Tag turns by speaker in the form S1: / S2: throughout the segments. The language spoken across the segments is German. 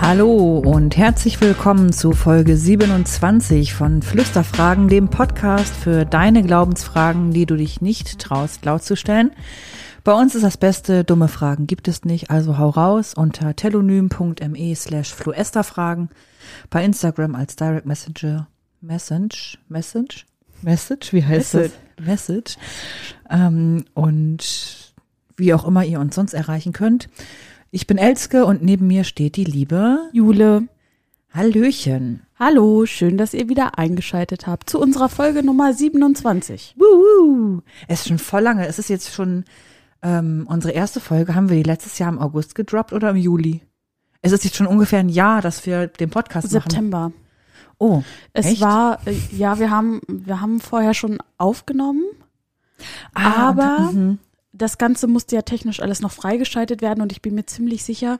S1: Hallo und herzlich willkommen zu Folge 27 von Flüsterfragen, dem Podcast für deine Glaubensfragen, die du dich nicht traust, laut zu stellen. Bei uns ist das Beste, dumme Fragen gibt es nicht, also hau raus unter telonym.me slash fluesterfragen, bei Instagram als Direct Messenger, Message, Message, Message, wie heißt das? Message. Ähm, und wie auch immer ihr uns sonst erreichen könnt. Ich bin Elske und neben mir steht die liebe
S2: Jule.
S1: Hallöchen.
S2: Hallo, schön, dass ihr wieder eingeschaltet habt zu unserer Folge Nummer 27.
S1: Wuhu. Es ist schon voll lange. Es ist jetzt schon ähm, unsere erste Folge. Haben wir die letztes Jahr im August gedroppt oder im Juli? Es ist jetzt schon ungefähr ein Jahr, dass wir den Podcast machen.
S2: September.
S1: Oh,
S2: Es
S1: echt?
S2: war, äh, ja, wir haben, wir haben vorher schon aufgenommen,
S1: Ah, und-
S2: aber
S1: mhm.
S2: das Ganze musste ja technisch alles noch freigeschaltet werden und ich bin mir ziemlich sicher,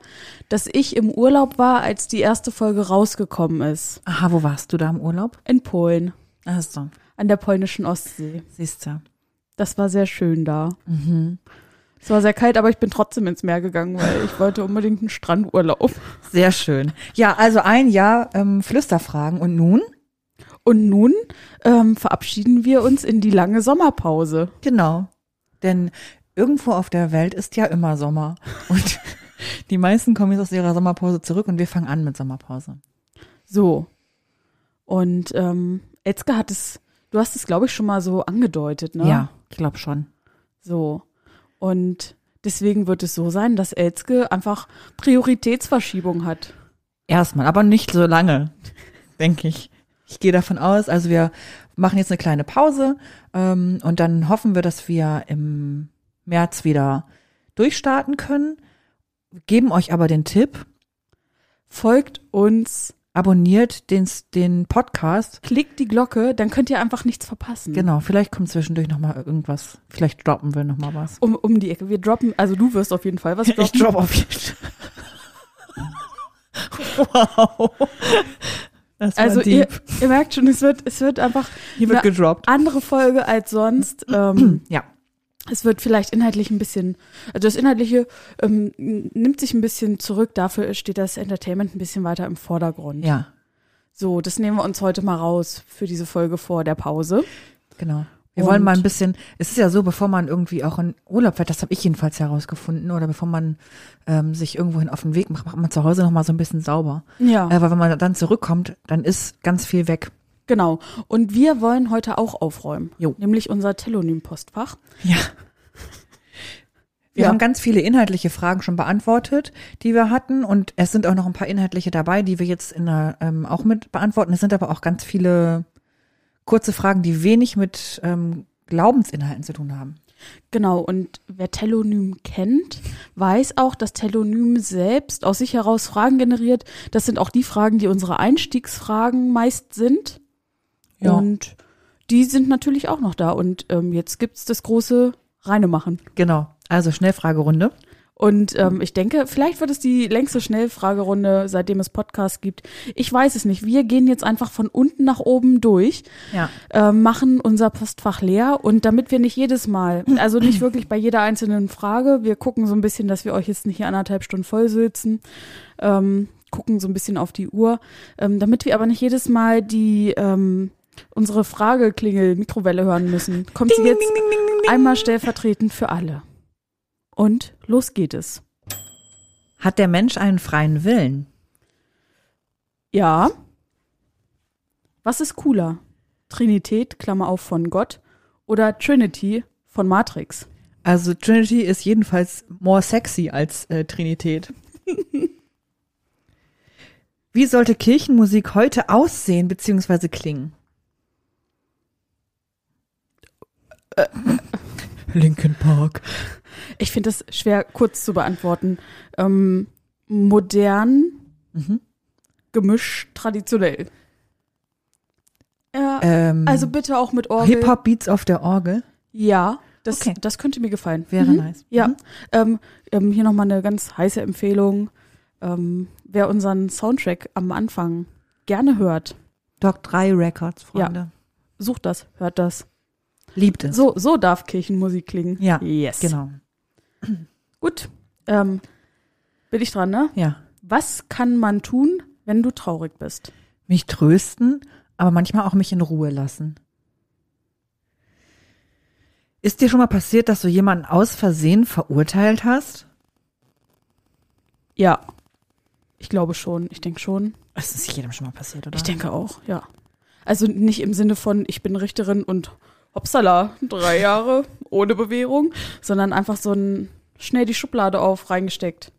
S2: dass ich im Urlaub war, als die erste Folge rausgekommen ist.
S1: Aha, wo warst du da im Urlaub?
S2: In Polen,
S1: Ach so,
S2: an der polnischen Ostsee.
S1: siehst du.
S2: Das war sehr schön da.
S1: Mhm.
S2: Es war sehr kalt, aber ich bin trotzdem ins Meer gegangen, weil ich wollte unbedingt einen Strandurlaub.
S1: Sehr schön. Ja, also ein Jahr ähm, Flüsterfragen und nun?
S2: Und nun ähm, verabschieden wir uns in die lange Sommerpause.
S1: Genau. Denn irgendwo auf der Welt ist ja immer Sommer. Und die meisten kommen jetzt aus ihrer Sommerpause zurück und wir fangen an mit Sommerpause.
S2: So. Und ähm, Elske hat es, du hast es, glaube ich, schon mal so angedeutet, ne?
S1: Ja, ich glaube schon.
S2: So. Und deswegen wird es so sein, dass Elske einfach Prioritätsverschiebung hat.
S1: Erstmal, aber nicht so lange, denke ich. Ich gehe davon aus, also wir machen jetzt eine kleine Pause ähm, und dann hoffen wir, dass wir im März wieder durchstarten können. Geben euch aber den Tipp,
S2: Folgt uns,
S1: abonniert den, den Podcast.
S2: klickt die Glocke, dann könnt ihr einfach nichts verpassen.
S1: Genau, vielleicht kommt zwischendurch nochmal irgendwas. Vielleicht droppen wir nochmal was.
S2: Um, um die Ecke. Wir droppen, also du wirst auf jeden Fall was droppen.
S1: Ich drop auf jeden Fall. wow. Das war
S2: also ihr,
S1: deep.
S2: ihr merkt schon, es wird, es wird einfach
S1: Hier wird
S2: eine
S1: gedroppt.
S2: andere Folge als sonst. Ähm,
S1: Ja.
S2: es wird vielleicht inhaltlich ein bisschen, also das Inhaltliche ähm, n- nimmt sich ein bisschen zurück, dafür steht das Entertainment ein bisschen weiter im Vordergrund.
S1: Ja,
S2: So, das nehmen wir uns heute mal raus für diese Folge vor der Pause.
S1: genau. Wir
S2: Und-
S1: wollen mal ein bisschen, es ist ja so, bevor man irgendwie auch in Urlaub fährt, das habe ich jedenfalls herausgefunden, oder bevor man ähm, sich irgendwohin auf den Weg macht, macht man zu Hause nochmal so ein bisschen sauber.
S2: Ja,
S1: Äh, weil wenn man dann zurückkommt, dann ist ganz viel weg.
S2: genau. Und wir wollen heute auch aufräumen,
S1: Jo.
S2: nämlich unser Telonym-Postfach.
S1: Ja. Wir
S2: Ja.
S1: haben ganz viele inhaltliche Fragen schon beantwortet, die wir hatten. Und es sind auch noch ein paar inhaltliche dabei, die wir jetzt in der, ähm, auch mit beantworten. Es sind aber auch ganz viele kurze Fragen, die wenig mit ähm, Glaubensinhalten zu tun haben.
S2: Genau, und wer Telonym kennt, weiß auch, dass Telonym selbst aus sich heraus Fragen generiert. Das sind auch die Fragen, die unsere Einstiegsfragen meist sind.
S1: Ja.
S2: Und die sind natürlich auch noch da. Und ähm, jetzt gibt's das große Reinemachen.
S1: Genau. Also Schnellfragerunde.
S2: Und ähm, ich denke, vielleicht wird es die längste Schnellfragerunde, seitdem es Podcasts gibt. Ich weiß es nicht. Wir gehen jetzt einfach von unten nach oben durch
S1: Ja.
S2: äh, machen unser Postfach leer und damit wir nicht jedes Mal, also nicht wirklich bei jeder einzelnen Frage, wir gucken so ein bisschen, dass wir euch jetzt nicht hier anderthalb Stunden vollsülzen, ähm, gucken so ein bisschen auf die Uhr, ähm, damit wir aber nicht jedes Mal die ähm, unsere Frage klingel Mikrowelle hören müssen, kommt sie jetzt einmal stellvertretend für alle. Und los geht es.
S1: Hat der Mensch einen freien Willen?
S2: Ja. Was ist cooler? Trinität, Klammer auf von Gott, oder Trinity von Matrix?
S1: Also Trinity ist jedenfalls more sexy als äh, Trinität. Wie sollte Kirchenmusik heute aussehen bzw. klingen? Äh. Linkin Park.
S2: Ich finde das schwer kurz zu beantworten. Ähm, modern,
S1: Mhm.
S2: gemischt, traditionell. Ja,
S1: Ähm,
S2: also bitte auch mit Orgel.
S1: Hip-Hop-Beats auf der Orgel
S2: Ja, das,
S1: Okay.
S2: das könnte mir gefallen.
S1: wäre nice.
S2: Ja,
S1: Mhm.
S2: ähm, ähm, hier nochmal eine ganz heiße Empfehlung. Ähm, wer unseren Soundtrack am Anfang gerne hört,
S1: Doc 3 Records, Freunde.
S2: sucht das, hört das.
S1: Liebt es.
S2: So, so darf Kirchenmusik klingen.
S1: Ja,
S2: yes.
S1: Genau.
S2: Gut, ähm, bin ich dran, ne?
S1: Ja.
S2: Was kann man tun, wenn du traurig bist?
S1: Mich trösten, aber manchmal auch mich in Ruhe lassen. Ist dir schon mal passiert, dass du jemanden aus Versehen verurteilt hast?
S2: Ja. Ich glaube schon. Ich denke schon.
S1: Das ist jedem schon mal passiert, oder?
S2: Ich denke auch, ja. Also nicht im Sinne von, ich bin Richterin und hoppsala, drei Jahre ohne Bewährung, sondern einfach so ein schnell die Schublade auf, reingesteckt.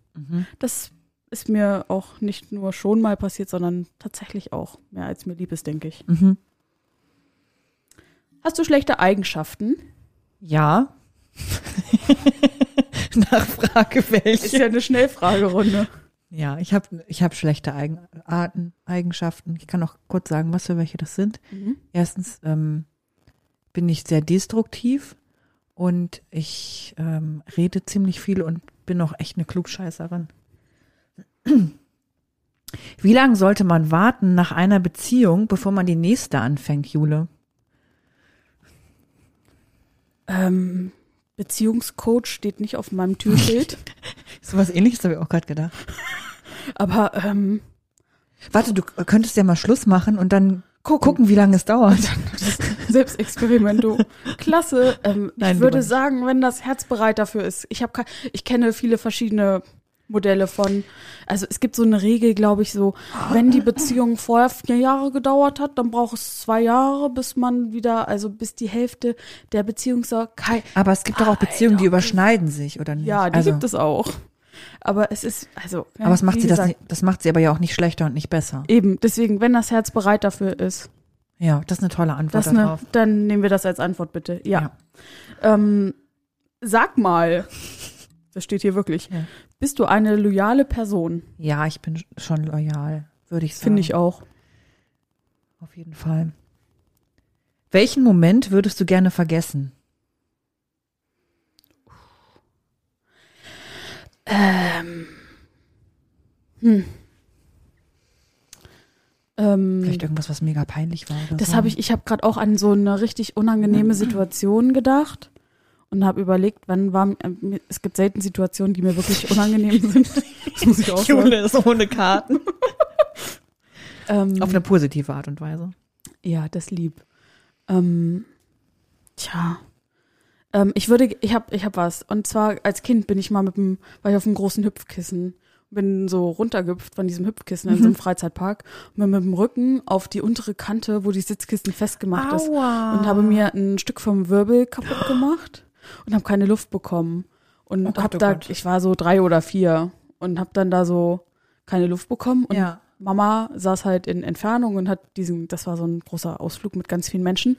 S2: Das ist mir auch nicht nur schon mal passiert, sondern tatsächlich auch mehr als mir lieb ist, denke ich.
S1: Mhm.
S2: Hast du schlechte Eigenschaften?
S1: Ja. Nachfrage
S2: Ist
S1: welche?
S2: ja eine Schnellfragerunde.
S1: Ja, ich habe ich hab schlechte Eigenarten, Eigenschaften. Ich kann auch kurz sagen, was für welche das sind.
S2: Mhm.
S1: Erstens ähm, bin ich sehr destruktiv und ich ähm, rede ziemlich viel und bin auch echt eine Klugscheißerin. Wie lange sollte man warten nach einer Beziehung, bevor man die nächste anfängt, Jule?
S2: Ähm, Beziehungscoach steht nicht auf meinem Türschild,
S1: So was ähnliches habe ich auch gerade gedacht.
S2: aber ähm,
S1: Warte, du könntest ja mal Schluss machen und dann gu- gucken, wie lange es dauert.
S2: Selbstexperimento. Klasse. Ähm,
S1: Nein,
S2: ich
S1: du
S2: würde
S1: meinst-
S2: sagen, wenn das Herz bereit dafür ist. Ich habe, ich kenne viele verschiedene Modelle von. Also es gibt so eine Regel, glaube ich, so, wenn die Beziehung vorher vier Jahre gedauert hat, dann braucht es zwei Jahre, bis man wieder, also bis die Hälfte der Beziehungssakai.
S1: Aber es gibt doch auch Beziehungen, die überschneiden sich, oder nicht?
S2: Ja, die
S1: also,
S2: gibt es auch. Aber es ist, also. ja,
S1: Aber es macht
S2: wie
S1: sie das,
S2: gesagt,
S1: nicht, das macht sie aber ja auch nicht schlechter und nicht besser.
S2: Eben, deswegen, wenn das Herz bereit dafür ist,
S1: Ja, das ist eine tolle Antwort
S2: das ne,
S1: darauf.
S2: dann nehmen wir das als Antwort bitte. Ja. Ähm, sag mal, das steht hier wirklich,
S1: Ja.
S2: bist du eine loyale Person?
S1: Ja, ich bin schon loyal, würde ich sagen.
S2: Finde ich auch.
S1: Auf jeden Fall. Welchen Moment würdest du gerne vergessen?
S2: Hm. Ähm,
S1: Vielleicht irgendwas, was mega peinlich war oder
S2: das
S1: so.
S2: habe ich, ich habe gerade auch an so eine richtig unangenehme Situation gedacht und habe überlegt, wann war, ähm, es gibt selten Situationen, die mir wirklich unangenehm sind. Das muss ich auch sagen.
S1: ist ohne Karten.
S2: Ähm,
S1: Auf eine positive Art und Weise.
S2: Ja, das lieb. Ähm, tja. Ähm, ich würde, ich hab, ich hab was. Und zwar als Kind bin ich mal mit dem, war ich auf einem großen Hüpfkissen, bin so runtergehüpft von diesem Hüpfkissen
S1: Mhm.
S2: in so einem Freizeitpark und bin mit dem Rücken auf die untere Kante, wo die Sitzkissen festgemacht ist
S1: Aua.
S2: und habe mir ein Stück vom Wirbel kaputt gemacht und habe keine Luft bekommen und
S1: Oh Gott,
S2: hab
S1: oh
S2: da,
S1: Gott.
S2: ich war so drei oder vier und habe dann da so keine Luft bekommen und
S1: Ja.
S2: Mama saß halt in Entfernung und hat diesen, das war so ein großer Ausflug mit ganz vielen Menschen.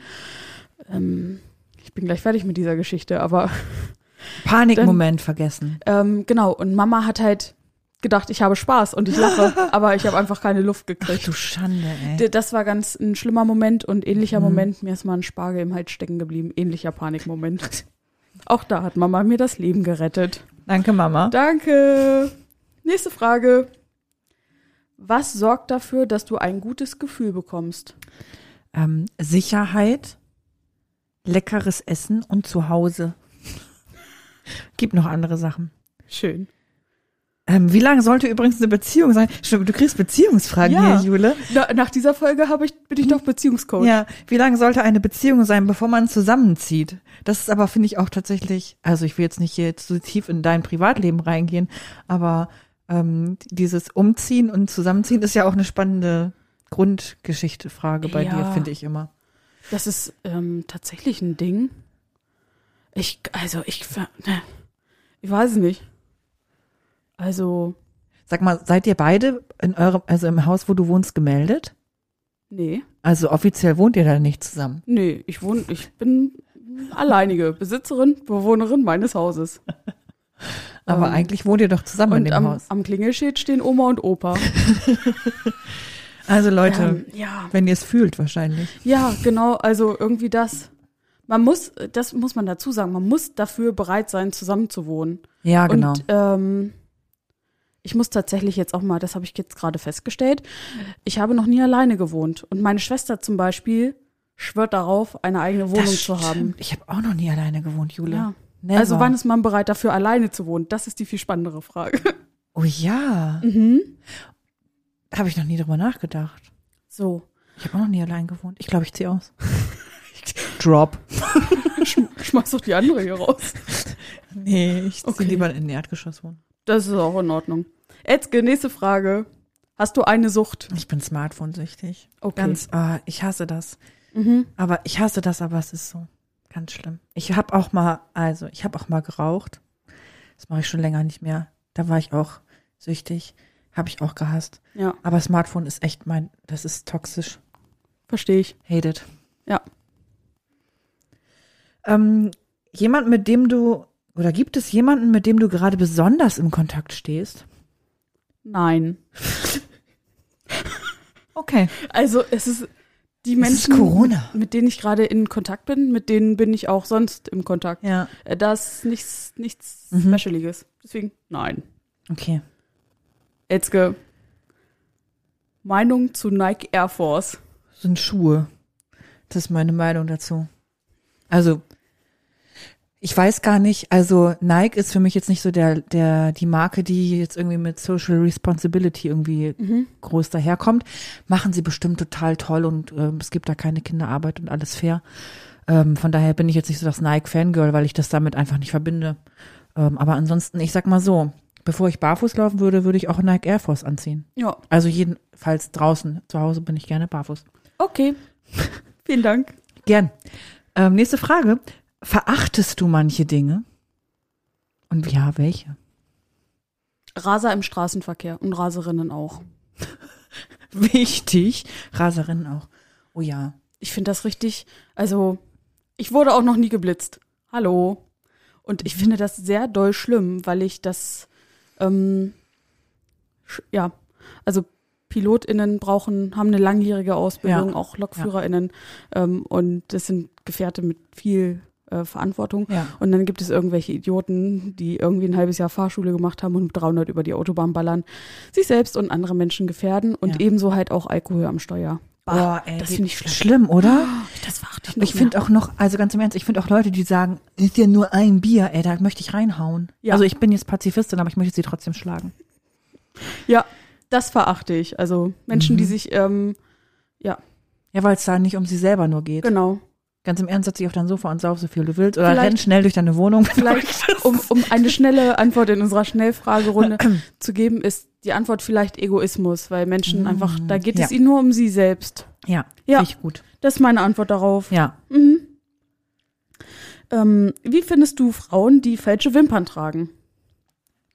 S2: Ähm, ich bin gleich fertig mit dieser Geschichte, aber
S1: Panikmoment vergessen.
S2: ähm, genau. Und Mama hat halt gedacht, ich habe Spaß und ich lache, aber ich habe einfach keine Luft gekriegt.
S1: Du Schande, ey.
S2: D- Das war ganz ein schlimmer Moment und ähnlicher Moment. Mir ist mal ein Spargel im Hals stecken geblieben. Ähnlicher Panikmoment. Auch da hat Mama mir das Leben gerettet.
S1: Danke, Mama.
S2: Danke. Nächste Frage. Was sorgt dafür, dass du ein gutes Gefühl bekommst?
S1: Ähm, Sicherheit, leckeres Essen und zu Hause. Gibt noch andere Sachen.
S2: Schön.
S1: Ähm, wie lange sollte übrigens eine Beziehung sein? Stimmt, du kriegst Beziehungsfragen
S2: Ja.
S1: hier, Jule.
S2: Na, nach dieser Folge habe ich, bin ich doch Beziehungscoach.
S1: Mhm. Ja, wie lange sollte eine Beziehung sein, bevor man zusammenzieht? Das ist aber, finde ich, auch tatsächlich, also ich will jetzt nicht hier jetzt so tief in dein Privatleben reingehen, aber ähm, dieses Umziehen und Zusammenziehen ist ja auch eine spannende Grundgeschichte, Frage bei
S2: Ja.
S1: dir, finde ich immer.
S2: Das ist ähm, tatsächlich ein Ding. Ich, also ich, ver- ne, ich weiß es nicht. Also,
S1: Sag mal, seid ihr beide in eurem, also im Haus, wo du wohnst, gemeldet?
S2: nee.
S1: Also offiziell wohnt ihr da nicht zusammen.
S2: Nee, ich wohne, ich bin alleinige Besitzerin, Bewohnerin meines Hauses.
S1: Aber
S2: Ähm,
S1: eigentlich wohnt ihr doch zusammen in
S2: Und
S1: dem
S2: am,
S1: Haus.
S2: am Klingelschild stehen Oma und Opa.
S1: Also Leute,
S2: Ähm, ja.
S1: wenn ihr es fühlt wahrscheinlich.
S2: Ja, genau, also irgendwie das. Man muss, das muss man dazu sagen, man muss dafür bereit sein, zusammen zu wohnen.
S1: Ja, genau.
S2: Und ähm, ich muss tatsächlich jetzt auch mal, das habe ich jetzt gerade festgestellt, ich habe noch nie alleine gewohnt. Und meine Schwester zum Beispiel schwört darauf, eine eigene Wohnung
S1: Das
S2: zu haben.
S1: stimmt. Ich habe auch noch nie alleine gewohnt, Jule.
S2: Ja.
S1: Never.
S2: Also wann ist man bereit dafür, alleine zu wohnen? Das ist die viel spannendere Frage.
S1: Oh ja,
S2: Mhm.
S1: habe ich noch nie drüber nachgedacht.
S2: So.
S1: Ich habe auch noch nie allein gewohnt. Ich glaube, ich ziehe aus. Drop.
S2: Schmeiß doch die andere hier raus.
S1: Nee, ich ziehe
S2: Okay.
S1: lieber in ein Erdgeschoss wohnen.
S2: Das ist auch in Ordnung. Etzke, nächste Frage. Hast du eine Sucht?
S1: Ich bin Smartphone-süchtig.
S2: Okay.
S1: Ganz, ah, ich hasse das.
S2: Mhm.
S1: Aber ich hasse das, aber es ist so ganz schlimm. Ich habe auch mal, also ich habe auch mal geraucht. Das mache ich schon länger nicht mehr. Da war ich auch süchtig, habe ich auch gehasst.
S2: Ja,
S1: Aber Smartphone ist echt mein, das ist toxisch.
S2: verstehe ich.
S1: Hated.
S2: Ja.
S1: Ähm, jemand, mit dem du, oder gibt es jemanden, mit dem du gerade besonders im Kontakt stehst?
S2: Nein.
S1: Okay.
S2: Also es ist die
S1: Es ist
S2: Menschen,
S1: Corona.
S2: mit denen ich gerade in Kontakt bin, mit denen bin ich auch sonst im Kontakt.
S1: Ja.
S2: Äh, Das ist nichts, nichts
S1: Mhm.
S2: Specialiges. Deswegen nein.
S1: Okay.
S2: Etzke, Meinung zu Nike Air Force.
S1: sind Schuhe. Das ist meine Meinung dazu. Also, ich weiß gar nicht, also Nike ist für mich jetzt nicht so der, der, die Marke, die jetzt irgendwie mit Social Responsibility irgendwie groß daherkommt. Machen sie bestimmt total toll und ähm, es gibt da keine Kinderarbeit und alles fair. Ähm, von daher bin ich jetzt nicht so das Nike-Fangirl, weil ich das damit einfach nicht verbinde. Ähm, aber ansonsten, ich sag mal so, bevor ich barfuß laufen würde, würde ich auch Nike Air Force anziehen.
S2: Ja,
S1: Also jedenfalls draußen. Zu Hause bin ich gerne barfuß.
S2: okay. Vielen Dank.
S1: Gern. Ähm, nächste Frage. Verachtest du manche Dinge? Und ja, welche?
S2: Raser im Straßenverkehr und Raserinnen auch.
S1: Wichtig. Raserinnen auch. Oh ja.
S2: Ich finde das richtig, also ich wurde auch noch nie geblitzt. Hallo. Und
S1: Mhm.
S2: ich finde das sehr doll schlimm, weil ich das, ähm, sch- ja, also PilotInnen brauchen, haben eine langjährige Ausbildung,
S1: Ja.
S2: auch LokführerInnen ähm, und das sind Gefährte mit viel äh, Verantwortung.
S1: Ja.
S2: Und dann gibt es irgendwelche Idioten, die irgendwie ein halbes Jahr Fahrschule gemacht haben und mit 300 über die Autobahn ballern, sich selbst und andere Menschen gefährden und
S1: Ja.
S2: ebenso halt auch Alkohol am Steuer. Bah, Oh, das
S1: wie-
S2: finde ich schlimm. Ah,
S1: Schlimm, oder?
S2: Das verachte
S1: Ich finde auch noch, also ganz im Ernst, ich finde auch Leute, die sagen, das ist ja nur ein Bier, ey, da möchte ich reinhauen.
S2: Ja.
S1: Also ich bin jetzt Pazifistin, aber ich möchte sie trotzdem schlagen.
S2: Ja, das verachte ich. Also Menschen,
S1: Mhm.
S2: die sich, ähm,
S1: Ja, weil es da nicht um sie selber nur geht.
S2: genau,
S1: Ganz im Ernst, setz dich auf dein Sofa und sauf so viel du willst oder
S2: Vielleicht-
S1: renn schnell durch deine Wohnung.
S2: vielleicht, um, um eine schnelle Antwort in unserer Schnellfragerunde zu geben, ist die Antwort vielleicht Egoismus, weil Menschen einfach, da geht es
S1: Mhm. ja.
S2: ihnen nur um sie selbst.
S1: Ja,
S2: Ja.
S1: finde ich gut.
S2: Das ist meine Antwort darauf.
S1: Ja.
S2: Mhm. Ähm, wie findest du Frauen, die falsche Wimpern tragen?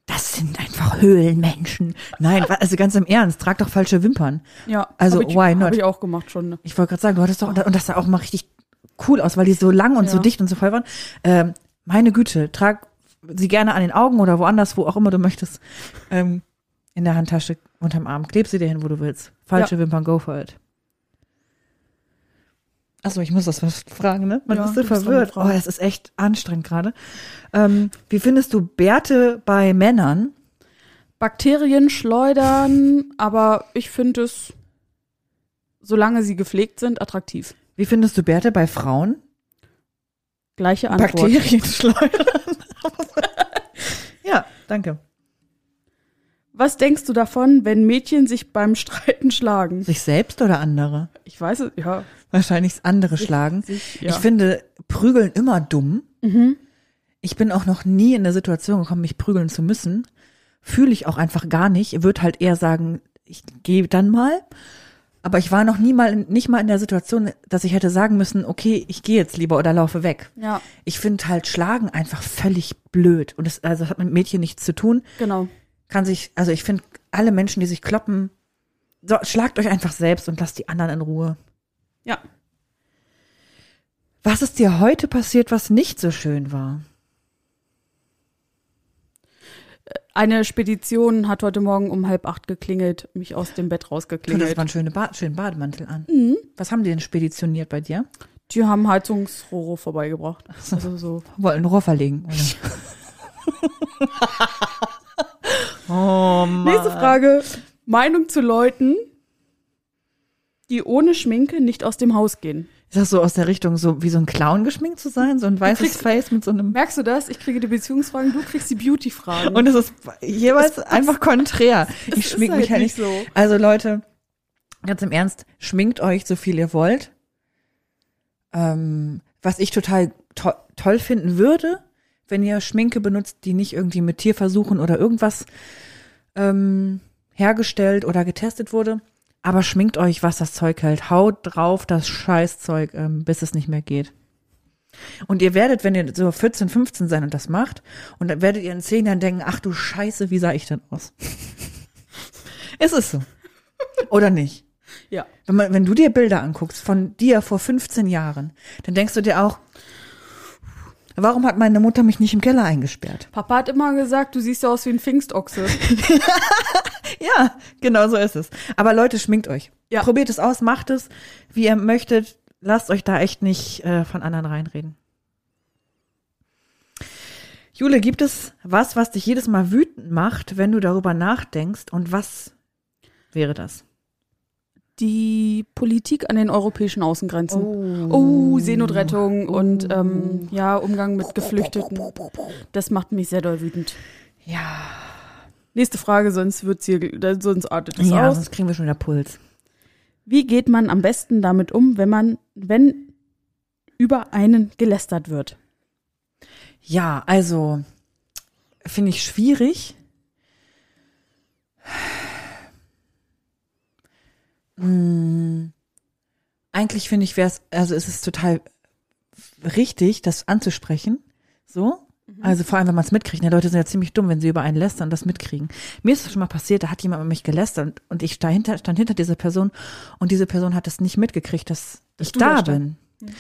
S1: Das sind einfach Höhlenmenschen. Nein, wa- also ganz im Ernst, trag doch falsche Wimpern.
S2: Ja,
S1: Also,
S2: hab ich,
S1: why not?
S2: Habe ich auch gemacht schon. ne?
S1: Ich wollte gerade sagen, du hattest doch, und das sah auch mal richtig cool aus, weil die so lang und so
S2: Ja.
S1: dicht und so voll waren. Ähm, meine Güte, trag sie gerne an den Augen oder woanders, wo auch immer du möchtest. Ähm, in der Handtasche, unterm Arm. Kleb sie dir hin, wo du willst. Falsche Wimpern, go for it. Achso, ich muss das was fragen, ne? Man
S2: Ja,
S1: ist so
S2: du bist dran
S1: verwirrt. Oh,
S2: gefragt.
S1: das ist echt anstrengend gerade. Ähm, wie findest du Bärte bei Männern?
S2: Bakterien schleudern, aber ich finde es, solange sie gepflegt sind, attraktiv.
S1: Wie findest du Bärte bei Frauen?
S2: Gleiche Antwort.
S1: Bakterien schleudern. ja, danke.
S2: Was denkst du davon, wenn Mädchen sich beim Streiten schlagen?
S1: Sich selbst oder andere?
S2: Ich weiß es, ja.
S1: Wahrscheinlich andere schlagen.
S2: sich, ja.
S1: Ich finde Prügeln immer dumm.
S2: Mhm.
S1: Ich bin auch noch nie in der Situation gekommen, mich prügeln zu müssen. Fühle ich auch einfach gar nicht. Würde halt eher sagen, ich gehe dann mal. Aber ich war noch nie mal, in- nicht mal in der Situation, dass ich hätte sagen müssen, okay, ich gehe jetzt lieber oder laufe weg.
S2: Ja,
S1: Ich finde halt Schlagen einfach völlig blöd. Und das, also das hat mit Mädchen nichts zu tun.
S2: genau.
S1: kann sich, also ich finde, alle Menschen, die sich kloppen, so, schlagt euch einfach selbst und lasst die anderen in Ruhe.
S2: Ja.
S1: Was ist dir heute passiert, was nicht so schön war?
S2: Eine Spedition hat heute Morgen um halb acht geklingelt, mich aus dem Bett
S1: Du
S2: rausgeklingelt.
S1: hattest mal einen schönen, ba schönen Bademantel an. Was haben die denn speditioniert bei dir?
S2: Die haben Heizungsrohre vorbeigebracht. Also so.
S1: Wollten ein Rohr verlegen. Oder? oh Mann.
S2: Nächste Frage. Meinung zu Leuten, die ohne Schminke nicht aus dem Haus gehen.
S1: Ist das so aus der Richtung, so wie so ein Clown geschminkt zu sein? So ein weißes
S2: kriegst-
S1: Face mit so einem.
S2: Merkst du das? Ich kriege die Beziehungsfragen, du kriegst die Beauty-Fragen.
S1: Und es ist jeweils einfach konträr. Ich
S2: ist
S1: schmink mich
S2: halt
S1: halt nicht
S2: nicht
S1: so.
S2: so.
S1: Also Leute, ganz im Ernst, schminkt euch so viel ihr wollt. Ähm, was ich total to toll finden würde, wenn ihr Schminke benutzt, die nicht irgendwie mit Tierversuchen oder irgendwas ähm, hergestellt oder getestet wurde. Aber schminkt euch, was das Zeug hält. Haut drauf das Scheißzeug, ähm, bis es nicht mehr geht. Und ihr werdet, wenn ihr so 14, 15 sein und das macht, und dann werdet ihr in zehn Jahren denken, ach du Scheiße, wie sah ich denn aus? es ist so. Oder nicht?
S2: ja.
S1: Wenn, man, wenn du dir Bilder anguckst von dir vor 15 Jahren, dann denkst du dir auch, warum hat meine Mutter mich nicht im Keller eingesperrt?
S2: Papa hat immer gesagt, du siehst ja aus wie ein Pfingstochse.
S1: Ja, genau so ist es. Aber Leute, schminkt euch.
S2: Ja.
S1: Probiert es aus, macht es, wie ihr möchtet. Lasst euch da echt nicht äh, von anderen reinreden. Jule, gibt es was, was dich jedes Mal wütend macht, wenn du darüber nachdenkst? Und was wäre das?
S2: Die Politik an den europäischen Außengrenzen. Oh, Seenotrettung und ähm, ja, Umgang mit Geflüchteten. Das macht mich sehr doll wütend.
S1: Ja,
S2: Nächste Frage, sonst wird's hier, da- sonst artet es
S1: ja
S2: aus.
S1: sonst kriegen wir schon wieder Puls.
S2: Wie geht man am besten damit um, wenn man, wenn über einen gelästert wird?
S1: Ja, also finde ich schwierig. Hm, Eigentlich finde ich, wäre es, also es ist total richtig, das anzusprechen. So. Also vor allem, wenn man es mitkriegt. Die Leute sind ja ziemlich dumm, wenn sie über einen lästern und das mitkriegen. Mir ist das schon mal passiert, da hat jemand über mich gelästert und, und ich stand hinter, stand hinter dieser Person und diese Person hat das nicht mitgekriegt, dass, ich
S2: du da
S1: da
S2: stand.
S1: bin.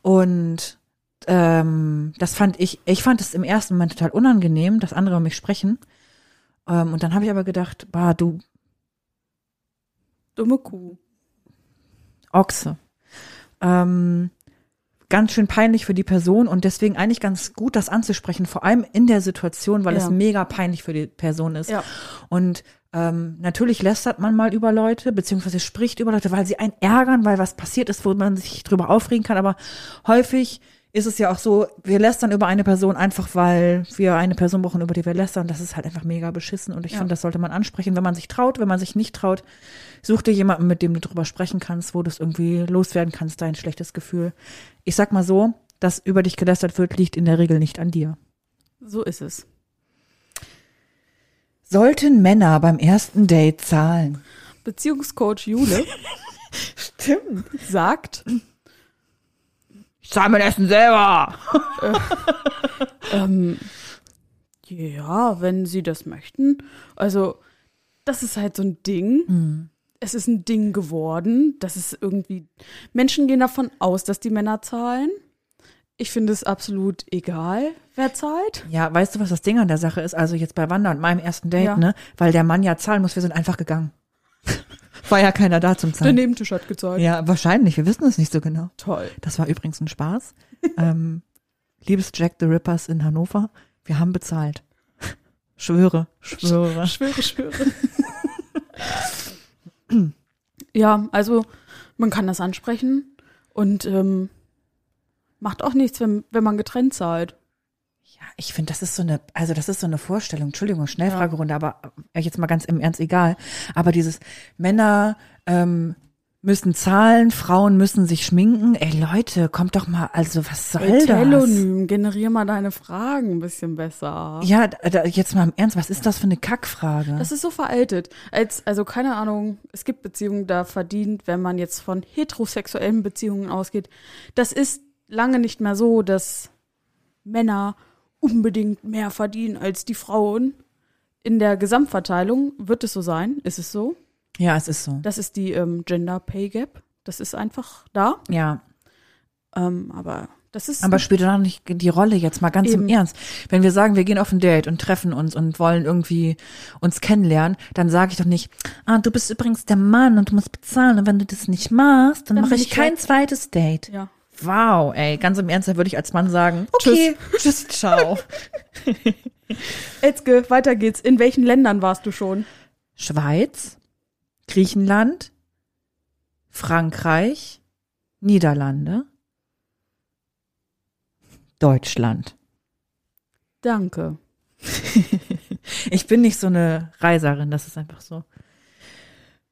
S1: Und ähm, das fand ich, ich fand es im ersten Moment total unangenehm, dass andere über mich sprechen. Ähm, und dann habe ich aber gedacht, bah, du
S2: Dumme Kuh.
S1: Ochse. Ähm, ganz schön peinlich für die Person und deswegen eigentlich ganz gut, das anzusprechen, vor allem in der Situation, weil
S2: Ja.
S1: es mega peinlich für die Person ist.
S2: Ja.
S1: Und ähm, natürlich lästert man mal über Leute, beziehungsweise spricht über Leute, weil sie einen ärgern, weil was passiert ist, wo man sich drüber aufregen kann. Aber häufig ist es ja auch so, wir lästern über eine Person einfach, weil wir eine Person brauchen, über die wir lästern. Das ist halt einfach mega beschissen. Und ich
S2: Ja.
S1: finde, das sollte man ansprechen, wenn man sich traut. Wenn man sich nicht traut, such dir jemanden, mit dem du drüber sprechen kannst, wo du es irgendwie loswerden kannst, dein schlechtes Gefühl. Ich sag mal so, dass über dich gelästert wird, liegt in der Regel nicht an dir.
S2: So ist es.
S1: Sollten Männer beim ersten Date zahlen?
S2: Beziehungscoach Jule
S1: Stimmt.
S2: sagt,
S1: Ich zahle mein Essen selber.
S2: ähm, ja, wenn sie das möchten. Also, das ist halt so ein Ding. Es ist ein Ding geworden. Das ist irgendwie. Menschen gehen davon aus, dass die Männer zahlen. Ich finde es absolut egal, wer zahlt.
S1: Ja, weißt du, was das Ding an der Sache ist? Also jetzt bei Wanda und meinem ersten Date,
S2: Ja.
S1: ne? Weil der Mann ja zahlen muss, wir sind einfach gegangen. War ja keiner da zum
S2: Der
S1: Zahlen.
S2: Nebentisch hat gezahlt.
S1: Ja, wahrscheinlich. Wir wissen es nicht so genau.
S2: Toll.
S1: Das war übrigens ein Spaß. ähm, liebes Jack the Rippers in Hannover, wir haben bezahlt. Schwöre, schwöre.
S2: Schwöre, schwöre. ja, also man kann das ansprechen und ähm, macht auch nichts, wenn, wenn man getrennt zahlt.
S1: Ja, ich finde, das ist so eine, also das ist so eine Vorstellung. Entschuldigung, Schnellfragerunde, aber äh, jetzt mal ganz im Ernst, egal. Aber dieses Männer ähm, müssen zahlen, Frauen müssen sich schminken. Ey Leute, kommt doch mal, also was soll
S2: Ey,
S1: das?
S2: Telonym, generier mal deine Fragen ein bisschen besser.
S1: Ja, da, da- jetzt mal im Ernst, was ist das für eine Kackfrage?
S2: Das ist so veraltet. Als, also keine Ahnung, es gibt Beziehungen, da verdient, wenn man jetzt von heterosexuellen Beziehungen ausgeht. Das ist lange nicht mehr so, dass Männer unbedingt mehr verdienen als die Frauen. In der Gesamtverteilung wird es so sein, ist es so.
S1: ja, es ist so.
S2: Das ist die ähm, Gender Pay Gap. Das ist einfach da.
S1: Ja,
S2: Ähm, aber das ist.
S1: aber spielt doch noch nicht die Rolle jetzt mal ganz im
S2: ne? Eben.
S1: Ernst. Wenn wir sagen, wir gehen auf ein Date und treffen uns und wollen irgendwie uns kennenlernen, dann sage ich doch nicht, ah, du bist übrigens der Mann und du musst bezahlen und wenn du das nicht machst, dann,
S2: Dann
S1: mache
S2: bin
S1: ich
S2: ich
S1: kein
S2: weg.
S1: zweites Date.
S2: ja.
S1: Wow, ey, ganz im Ernst, da würde ich als Mann sagen, okay, tschüss, ciao.
S2: Elske, weiter geht's. In welchen Ländern warst du schon?
S1: Schweiz, Griechenland, Frankreich, Niederlande, Deutschland.
S2: Danke.
S1: Ich bin nicht so eine Reiserin, das ist einfach so.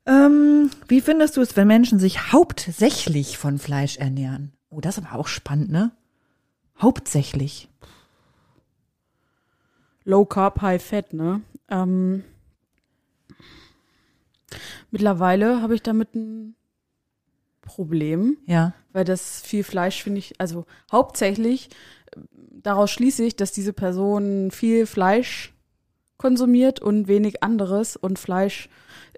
S1: Ähm, wie findest du es, wenn Menschen sich hauptsächlich von Fleisch ernähren? Oh, das ist aber auch spannend, ne? Hauptsächlich.
S2: Low Carb, High Fat, ne? Ähm, mittlerweile habe ich damit ein Problem,
S1: Ja.
S2: weil das viel Fleisch finde ich, also hauptsächlich äh, daraus schließe ich, dass diese Person viel Fleisch konsumiert und wenig anderes und Fleisch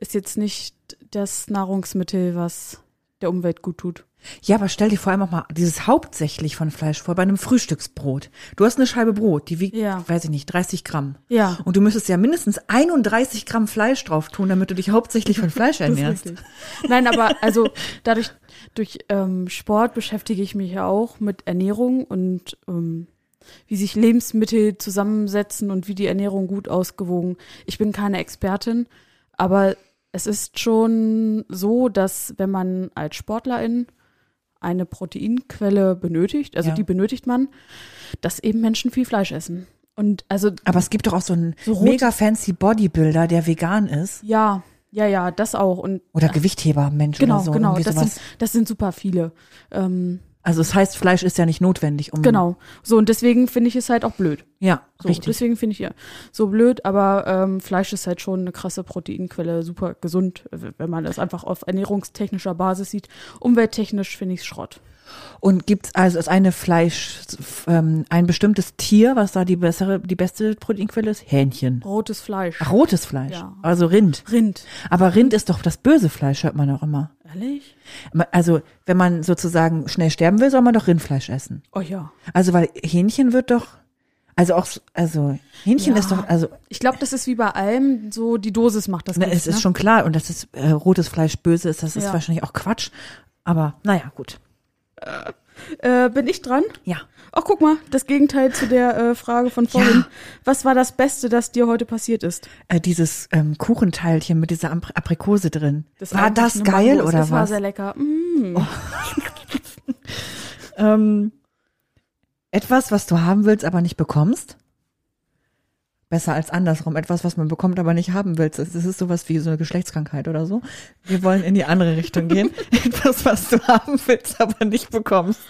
S2: ist jetzt nicht das Nahrungsmittel, was der Umwelt gut tut.
S1: Ja, aber stell dir vor allem auch mal dieses hauptsächlich von Fleisch vor bei einem Frühstücksbrot. Du hast eine Scheibe Brot, die wiegt,
S2: Ja.
S1: weiß ich nicht, 30 Gramm.
S2: Ja.
S1: Und du müsstest ja mindestens 31 Gramm Fleisch drauf tun, damit du dich hauptsächlich von Fleisch
S2: Das ist
S1: ernährst.
S2: richtig. Nein, aber also dadurch, durch ähm, Sport beschäftige ich mich ja auch mit Ernährung und ähm, wie sich Lebensmittel zusammensetzen und wie die Ernährung gut ausgewogen. Ich bin keine Expertin, aber es ist schon so, dass wenn man als Sportlerin eine Proteinquelle benötigt, also
S1: Ja.
S2: die benötigt man, dass eben Menschen viel Fleisch essen. Und also
S1: Aber es gibt doch auch so einen
S2: So rot-
S1: mega fancy Bodybuilder, der vegan ist.
S2: ja, ja, ja, das auch. Und
S1: Oder Gewichthebermensch
S2: genau,
S1: oder so.
S2: genau,
S1: irgendwie
S2: das
S1: sowas.
S2: sind, das sind super viele. Ähm,
S1: also es heißt, Fleisch ist ja nicht notwendig, um.
S2: Genau. So, und deswegen finde ich es halt auch blöd.
S1: Ja,
S2: So,
S1: richtig.
S2: Deswegen finde ich ja so blöd, aber ähm, Fleisch ist halt schon eine krasse Proteinquelle, super gesund, w- wenn man das einfach auf ernährungstechnischer Basis sieht. Umwelttechnisch finde ich es Schrott.
S1: Und gibt's also ist eine Fleisch, ähm, ein bestimmtes Tier, was da die bessere, die beste Proteinquelle ist? Hähnchen.
S2: Rotes Fleisch.
S1: Ach, rotes Fleisch.
S2: Ja.
S1: Also Rind.
S2: Rind.
S1: Aber Rind ist doch das böse Fleisch, hört man auch immer.
S2: Ehrlich?
S1: Also, wenn man sozusagen schnell sterben will, soll man doch Rindfleisch essen.
S2: Oh ja.
S1: Also, weil Hähnchen wird doch, also auch, s- also Hähnchen
S2: Ja.
S1: ist doch, also
S2: Ich glaube, das ist wie bei allem, so die Dosis macht das
S1: ne,
S2: Gift,
S1: es ist schon klar und dass es äh, rotes Fleisch böse ist, das ist
S2: Ja.
S1: wahrscheinlich auch Quatsch. Aber naja, gut.
S2: äh, Bin ich dran?
S1: Ja.
S2: Ach, guck mal, das Gegenteil zu der äh, Frage von vorhin. Was war das Beste, das dir heute passiert ist?
S1: Äh, dieses ähm, Kuchenteilchen mit dieser Apri- Aprikose drin. war
S2: eigentlich
S1: das
S2: eine
S1: geil
S2: Mango ist.
S1: oder
S2: das war
S1: was? Oh.
S2: sehr lecker. Mm.
S1: Ähm, etwas, was du haben willst, aber nicht bekommst? Besser als andersrum. Etwas, was man bekommt, aber nicht haben willst. Das ist sowas wie so eine Geschlechtskrankheit oder so. Wir wollen in die andere Richtung gehen. Etwas, was du haben willst, aber nicht bekommst.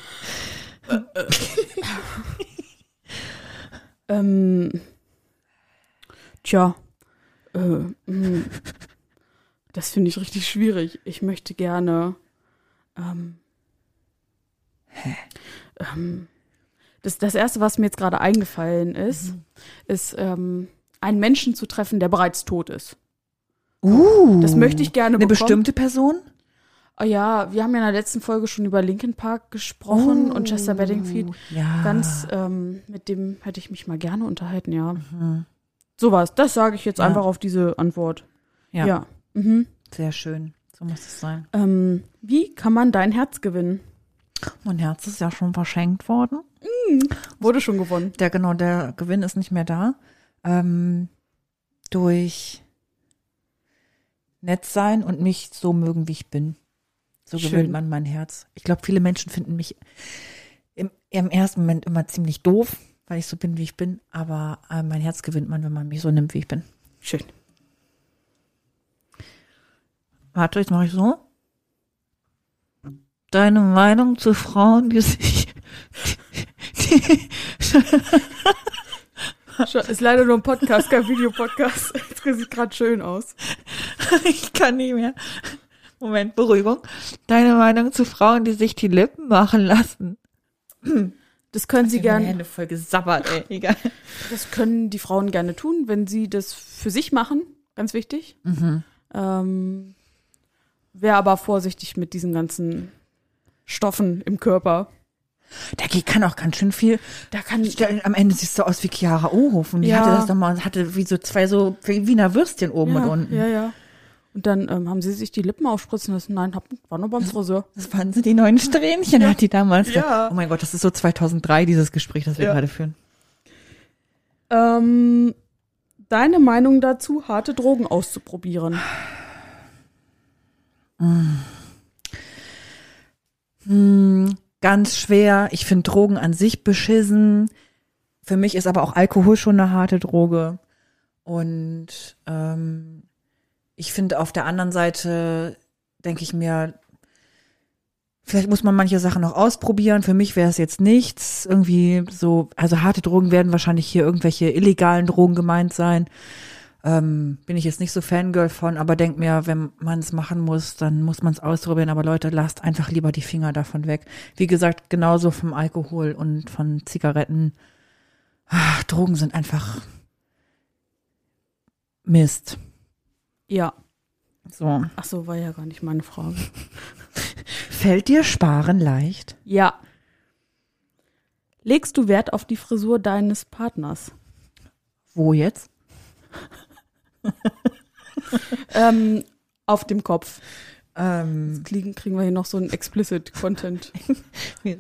S2: Ähm, tja, äh, mh, das finde ich richtig schwierig. Ich möchte gerne. Ähm, ähm, das, das Erste, was mir jetzt gerade eingefallen ist,
S1: Mhm.
S2: ist ähm, einen Menschen zu treffen, der bereits tot ist.
S1: Uh.
S2: Das möchte ich gerne
S1: Eine
S2: bekommen.
S1: bestimmte Person?
S2: Oh ja, wir haben ja in der letzten Folge schon über Linkin Park gesprochen
S1: Oh,
S2: und Chester Bedingfield.
S1: Ja.
S2: Ganz, ähm, mit dem hätte ich mich mal gerne unterhalten, ja.
S1: Hm.
S2: Sowas, das sage ich jetzt
S1: Ja.
S2: einfach auf diese Antwort.
S1: Ja.
S2: ja. Mhm.
S1: Sehr schön. So muss es sein.
S2: Ähm, wie kann man dein Herz gewinnen?
S1: Mein Herz ist ja schon verschenkt worden.
S2: Wurde schon gewonnen.
S1: Der genau, der Gewinn ist nicht mehr da. Ähm, durch nett sein und mich so mögen, wie ich bin. So
S2: Schön.
S1: gewinnt man mein Herz. Ich glaube, viele Menschen finden mich im, im ersten Moment immer ziemlich doof, weil ich so bin, wie ich bin. Aber äh, mein Herz gewinnt man, wenn man mich so nimmt, wie ich bin.
S2: Schön.
S1: Warte, jetzt mache ich so. Deine Meinung zu Frauen, die sich.
S2: Ist leider nur ein Podcast, kein Videopodcast. Das sieht gerade schön aus.
S1: Ich kann nicht mehr. Moment, Beruhigung. Deine Meinung zu Frauen, die sich die Lippen machen lassen.
S2: Das können sie
S1: Meine
S2: gerne,
S1: Hände voll gesabbert, ey. Egal.
S2: das können die Frauen gerne tun, wenn sie das für sich machen. Ganz wichtig. Ähm, Wäre aber vorsichtig mit diesen ganzen Stoffen im Körper.
S1: Der G kann auch ganz schön viel.
S2: Da kann
S1: Stell- Am Ende siehst du aus wie Chiara Ohofen. Die
S2: Ja.
S1: hatte das doch mal, hatte wie so zwei so Wiener Würstchen oben
S2: ja,
S1: und unten.
S2: Ja, ja. Und dann ähm, haben sie sich die Lippen aufspritzen lassen. Nein, hab, war nur beim Friseur.
S1: Das waren so die neuen Strähnchen, hat die damals.
S2: Ja.
S1: gesagt. Oh mein Gott, das ist so 2003, dieses Gespräch, das wir
S2: Ja.
S1: gerade führen.
S2: Ähm, deine Meinung dazu, harte Drogen auszuprobieren?
S1: Ganz schwer. Ich finde Drogen an sich beschissen. Für mich ist aber auch Alkohol schon eine harte Droge. Und ähm, ich finde auf der anderen Seite, denke ich mir, vielleicht muss man manche Sachen noch ausprobieren. Für mich wäre es jetzt nichts. Irgendwie so, also harte Drogen werden wahrscheinlich hier irgendwelche illegalen Drogen gemeint sein. Ähm, bin ich jetzt nicht so Fangirl von, aber denk mir, wenn man es machen muss, dann muss man es ausprobieren. Aber Leute, lasst einfach lieber die Finger davon weg. Wie gesagt, genauso vom Alkohol und von Zigaretten. Ach, Drogen sind einfach Mist.
S2: Ja.
S1: So.
S2: Ach so, war ja gar nicht meine Frage.
S1: Fällt dir Sparen leicht?
S2: Ja. Legst du Wert auf die Frisur deines Partners?
S1: Wo jetzt?
S2: Ähm, auf dem Kopf.
S1: Ähm,
S2: Kriegen, kriegen wir hier noch so einen explicit Content.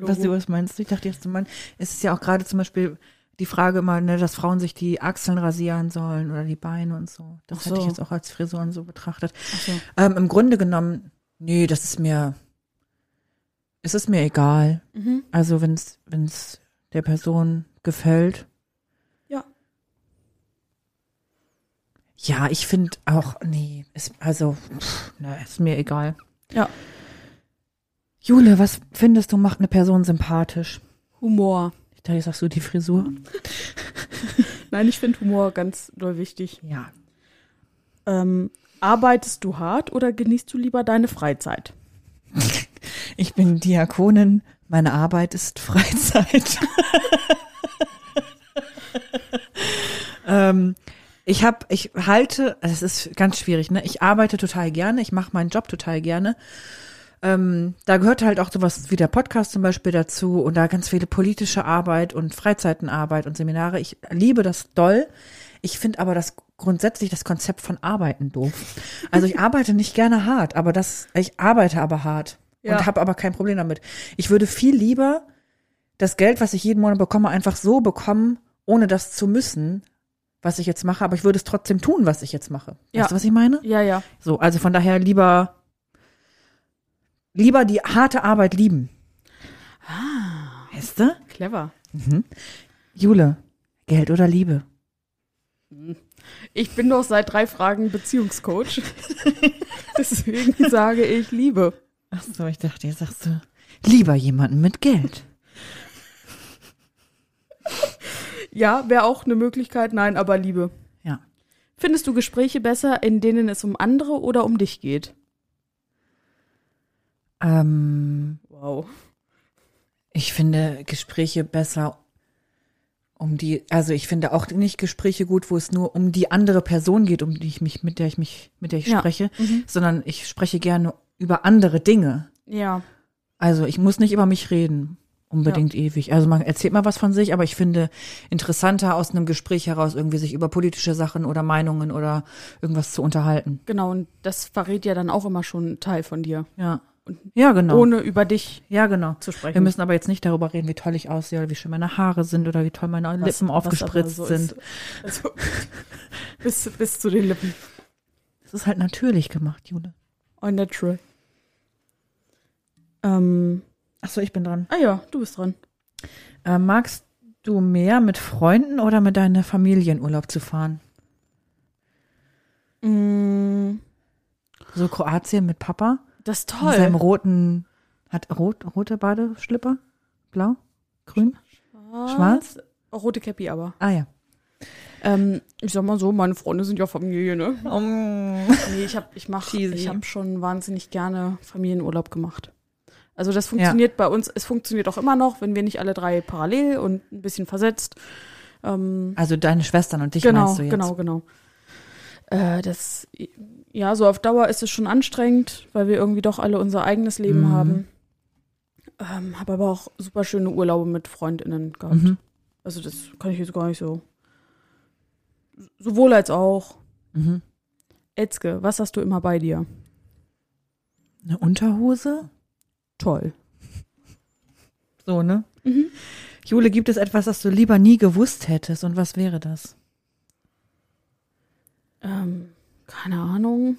S1: was du was meinst? Ich dachte jetzt, du meinst, es ist ja auch gerade zum Beispiel die Frage immer, ne, dass Frauen sich die Achseln rasieren sollen oder die Beine und so. Das
S2: Ach
S1: hätte ich
S2: so.
S1: jetzt auch als Frisuren so betrachtet.
S2: Achso.
S1: Ähm, Im Grunde genommen, nee, das ist mir, es ist mir egal.
S2: Mhm.
S1: Also wenn es der Person gefällt.
S2: Ja.
S1: Ja, ich finde auch, nee, ist, also, pff, na, ist mir egal.
S2: Ja.
S1: Jule, was findest du macht eine Person sympathisch?
S2: Humor.
S1: Ich dachte, sagst du die Frisur?
S2: Nein, ich finde Humor ganz doll wichtig.
S1: Ja.
S2: Ähm, arbeitest du hart oder genießt du lieber deine Freizeit?
S1: Ich bin Diakonin, meine Arbeit ist Freizeit. ähm, ich habe, ich halte, also es ist ganz schwierig, ne? Ich arbeite total gerne, ich mache meinen Job total gerne. Ähm, da gehört halt auch sowas wie der Podcast zum Beispiel dazu und da ganz viele politische Arbeit und Freizeitenarbeit und Seminare. Ich liebe das doll. Ich finde aber das grundsätzlich das Konzept von Arbeiten doof. Also ich arbeite nicht gerne hart, aber das, ich arbeite aber hart
S2: Ja.
S1: und habe aber kein Problem damit. Ich würde viel lieber das Geld, was ich jeden Monat bekomme, einfach so bekommen, ohne das zu müssen, was ich jetzt mache, aber ich würde es trotzdem tun, was ich jetzt mache.
S2: Ja.
S1: Weißt du, was ich meine?
S2: Ja, ja.
S1: So, also von daher lieber lieber die harte Arbeit lieben. Ah. Weißt du?
S2: Clever.
S1: Jule, Geld oder Liebe?
S2: Ich bin doch seit drei Fragen Beziehungscoach. Deswegen sage ich Liebe.
S1: Ach so, ich dachte, jetzt sagst du lieber jemanden mit Geld.
S2: Ja, wäre auch eine Möglichkeit. Nein, aber Liebe.
S1: Ja.
S2: Findest du Gespräche besser, in denen es um andere oder um dich geht?
S1: Ähm,
S2: Wow.
S1: ich finde Gespräche besser um die, also ich finde auch nicht Gespräche gut, wo es nur um die andere Person geht, um die ich mich, mit der ich mich, mit der ich
S2: Ja. Mhm.
S1: spreche, sondern ich spreche gerne über andere Dinge.
S2: Ja.
S1: Also ich muss nicht über mich reden, unbedingt ewig. Also man erzählt mal was von sich, aber ich finde interessanter aus einem Gespräch heraus irgendwie sich über politische Sachen oder Meinungen oder irgendwas zu unterhalten.
S2: Genau, und das verrät ja dann auch immer schon einen Teil von dir.
S1: Ja. ja, genau.
S2: Ohne über dich
S1: ja, genau.
S2: zu sprechen.
S1: Wir müssen aber jetzt nicht darüber reden, wie toll ich aussehe oder wie schön meine Haare sind oder wie toll meine
S2: Was-
S1: Lippen
S2: was
S1: aufgespritzt
S2: aber so
S1: sind.
S2: Ist, also, bis, bis zu den Lippen.
S1: Das ist halt natürlich gemacht, Jule.
S2: On natural. Ähm,
S1: Achso, ich bin dran.
S2: ah ja, du bist dran.
S1: Äh, magst du mehr mit Freunden oder mit deiner Familie in Urlaub zu fahren?
S2: Mm,
S1: So Kroatien mit Papa?
S2: das ist
S1: In seinem
S2: toll.
S1: roten, hat rot, rote Badeschlipper? Blau? Grün? Schwarz?
S2: Rote Käppi aber.
S1: Ah ja.
S2: Ähm, ich sag mal so, meine Freunde sind ja Familie, ne? Nee, ich hab, ich mach,
S1: Cheesy.
S2: ich hab schon wahnsinnig gerne Familienurlaub gemacht. Also das funktioniert bei uns, es funktioniert auch immer noch, wenn wir nicht alle drei parallel und ein bisschen versetzt. Ähm,
S1: Also deine Schwestern und dich
S2: genau,
S1: meinst du jetzt?
S2: genau, genau, Äh, das, ja, so auf Dauer ist es schon anstrengend, weil wir irgendwie doch alle unser eigenes Leben
S1: Mhm.
S2: haben. Ähm, habe aber auch super schöne Urlaube mit FreundInnen gehabt.
S1: Mhm.
S2: Also das kann ich jetzt gar nicht so. Sowohl als auch.
S1: Mhm.
S2: Etzke, was hast du immer bei dir?
S1: Eine Unterhose?
S2: Toll.
S1: So, ne?
S2: Mhm.
S1: Jule, gibt es etwas, das du lieber nie gewusst hättest und was wäre das?
S2: Ähm, keine Ahnung.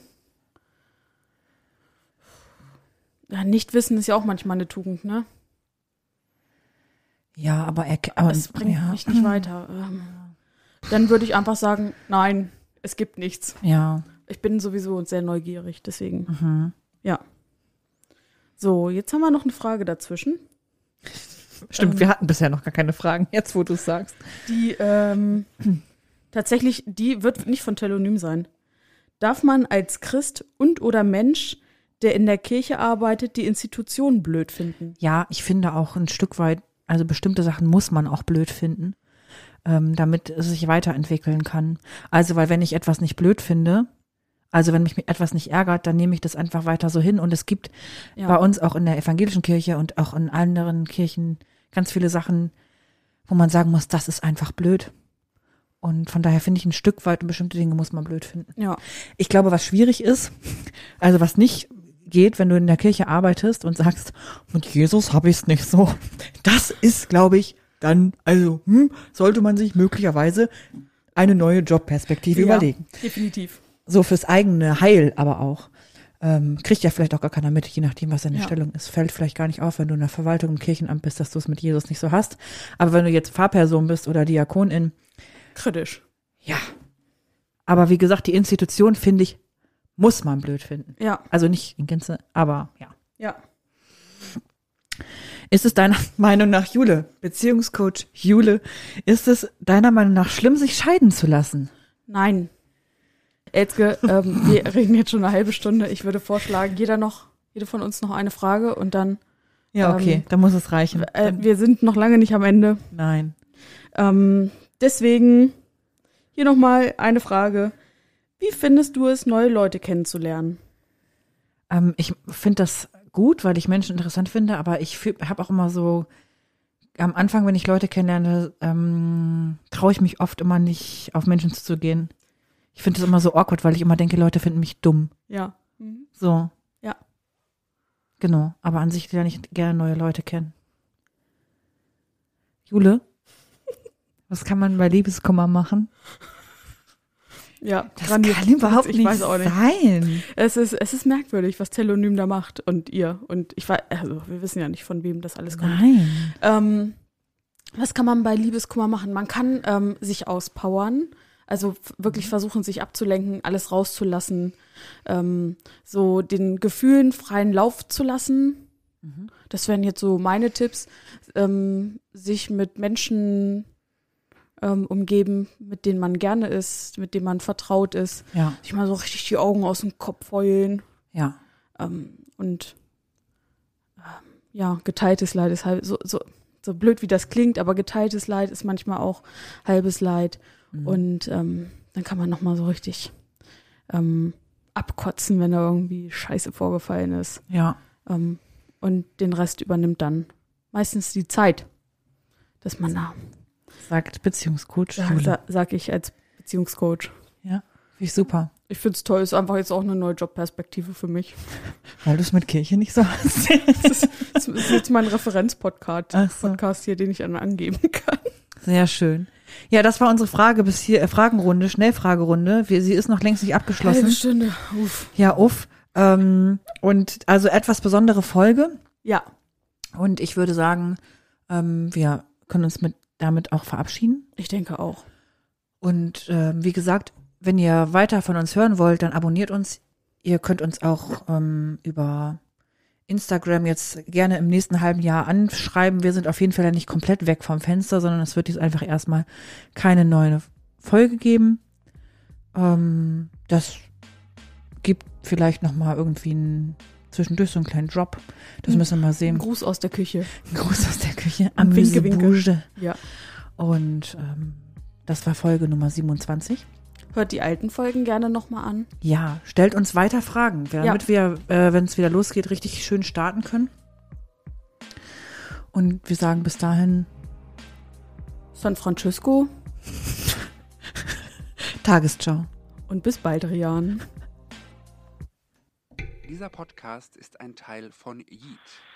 S2: Ja, nicht wissen ist ja auch manchmal eine Tugend, ne?
S1: Ja, aber er aber,
S2: Das bringt
S1: ja,
S2: mich nicht weiter. Ähm, dann würde ich einfach sagen, nein, es gibt nichts.
S1: ja.
S2: Ich bin sowieso sehr neugierig, deswegen. Ja. So, jetzt haben wir noch eine Frage dazwischen.
S1: Stimmt, wir hatten bisher noch gar keine Fragen, jetzt wo du es sagst.
S2: Die ähm, tatsächlich, die wird nicht von Telonym sein. Darf man als Christ und oder Mensch, der in der Kirche arbeitet, die Institution blöd finden?
S1: Ja, ich finde auch ein Stück weit, also bestimmte Sachen muss man auch blöd finden, ähm, damit es sich weiterentwickeln kann. Also, weil wenn ich etwas nicht blöd finde, also wenn mich mit etwas nicht ärgert, dann nehme ich das einfach weiter so hin. Und es gibt
S2: Ja.
S1: bei uns auch in der evangelischen Kirche und auch in anderen Kirchen ganz viele Sachen, wo man sagen muss, das ist einfach blöd. Und von daher finde ich ein Stück weit bestimmte Dinge muss man blöd finden.
S2: Ja,
S1: Ich glaube, was schwierig ist, also was nicht geht, wenn du in der Kirche arbeitest und sagst, mit Jesus habe ich es nicht so. Das ist, glaube ich, dann, also, hm, sollte man sich möglicherweise eine neue Jobperspektive überlegen.
S2: Ja, definitiv.
S1: So fürs eigene Heil aber auch. Ähm, kriegt ja vielleicht auch gar keiner mit, je nachdem, was deine
S2: Ja.
S1: Stellung ist. Fällt vielleicht gar nicht auf, wenn du in der Verwaltung im Kirchenamt bist, dass du es mit Jesus nicht so hast. Aber wenn du jetzt Pfarrperson bist oder Diakonin,
S2: Kritisch.
S1: ja. Aber wie gesagt, die Institution, finde ich, muss man blöd finden.
S2: Ja,
S1: Also nicht in Gänze, aber ja.
S2: ja.
S1: Ist es deiner Meinung nach, Jule, Beziehungscoach Jule, ist es deiner Meinung nach schlimm, sich scheiden zu lassen?
S2: Nein. Elke, ähm, wir reden jetzt schon eine halbe Stunde. Ich würde vorschlagen, jeder noch, jede von uns noch eine Frage und dann,
S1: Ja, okay,
S2: Ähm,
S1: dann muss es reichen.
S2: äh, wir sind noch lange nicht am Ende.
S1: Nein.
S2: Ähm, deswegen hier nochmal eine Frage. Wie findest du es, neue Leute kennenzulernen?
S1: Ähm, ich finde das gut, weil ich Menschen interessant finde, aber ich habe auch immer so, am Anfang, wenn ich Leute kennenlerne, ähm, traue ich mich oft immer nicht, auf Menschen zuzugehen. Ich finde das immer so awkward, weil ich immer denke, Leute finden mich dumm.
S2: Ja.
S1: So.
S2: Ja.
S1: Genau, aber an sich lerne ich gerne neue Leute kennen. Jule, was kann man bei Liebeskummer machen?
S2: Ja,
S1: Das
S2: grandios.
S1: kann überhaupt
S2: Ich
S1: nicht,
S2: weiß auch nicht.
S1: sein.
S2: Es ist, es ist merkwürdig, was Telonym da macht und ihr. Und ich weiß, also wir wissen ja nicht, von wem das alles kommt.
S1: Nein.
S2: Ähm, was kann man bei Liebeskummer machen? Man kann ähm, sich auspowern, also f- wirklich versuchen, sich abzulenken, alles rauszulassen, ähm, so den Gefühlen freien Lauf zu lassen. Das wären jetzt so meine Tipps. Ähm, sich mit Menschen ähm, umgeben, mit denen man gerne ist, mit denen man vertraut ist.
S1: Ja,
S2: Sich mal so richtig die Augen aus dem Kopf heulen
S1: ja.
S2: ähm, und ähm, ja, geteiltes Leid ist halb, so, so, so blöd wie das klingt, aber geteiltes Leid ist manchmal auch halbes Leid. Und ähm, dann kann man nochmal so richtig ähm, abkotzen, wenn da irgendwie Scheiße vorgefallen ist.
S1: Ja.
S2: Ähm, und den Rest übernimmt dann meistens die Zeit, dass man da,
S1: Sagt Beziehungscoach
S2: sag,
S1: Jule.
S2: sa- sag ich als Beziehungscoach.
S1: Ja. Finde ich super.
S2: Ich finde es toll, ist einfach jetzt auch eine neue Jobperspektive für mich.
S1: Weil du es mit Kirche nicht so hast.
S2: Das ist jetzt mein Referenzpodcast.
S1: Ach so.
S2: Podcast hier, den ich dann angeben kann.
S1: Sehr schön. Ja, das war unsere Frage bis hier, äh, Fragenrunde, Schnellfragerunde. Wir, sie ist noch längst nicht abgeschlossen.
S2: Stunde. Uff.
S1: Ja, uff. Ähm, und also etwas besondere Folge.
S2: Ja,
S1: Und ich würde sagen, ähm, wir können uns mit, damit auch verabschieden.
S2: ich denke auch.
S1: Und ähm, wie gesagt, wenn ihr weiter von uns hören wollt, dann abonniert uns. Ihr könnt uns auch ähm, über Instagram jetzt gerne im nächsten halben Jahr anschreiben. Wir sind auf jeden Fall ja nicht komplett weg vom Fenster, sondern es wird jetzt einfach erstmal keine neue Folge geben. Ähm, das gibt vielleicht nochmal irgendwie einen, zwischendurch so einen kleinen Drop. Das müssen wir mal
S2: Ein
S1: sehen.
S2: Gruß aus der Küche.
S1: Ein Gruß aus der Küche.
S2: Ein Winke,
S1: Amüsebouge.
S2: Ja.
S1: Und ähm, das war Folge Nummer 27.
S2: Hört die alten Folgen gerne nochmal an.
S1: Ja, stellt uns weiter Fragen, damit wir, äh, wenn es wieder losgeht, richtig schön starten können. Und wir sagen bis dahin
S2: San Francisco
S1: Tagesschau.
S2: und bis bald, Rian.
S3: Dieser Podcast ist ein Teil von Yeet.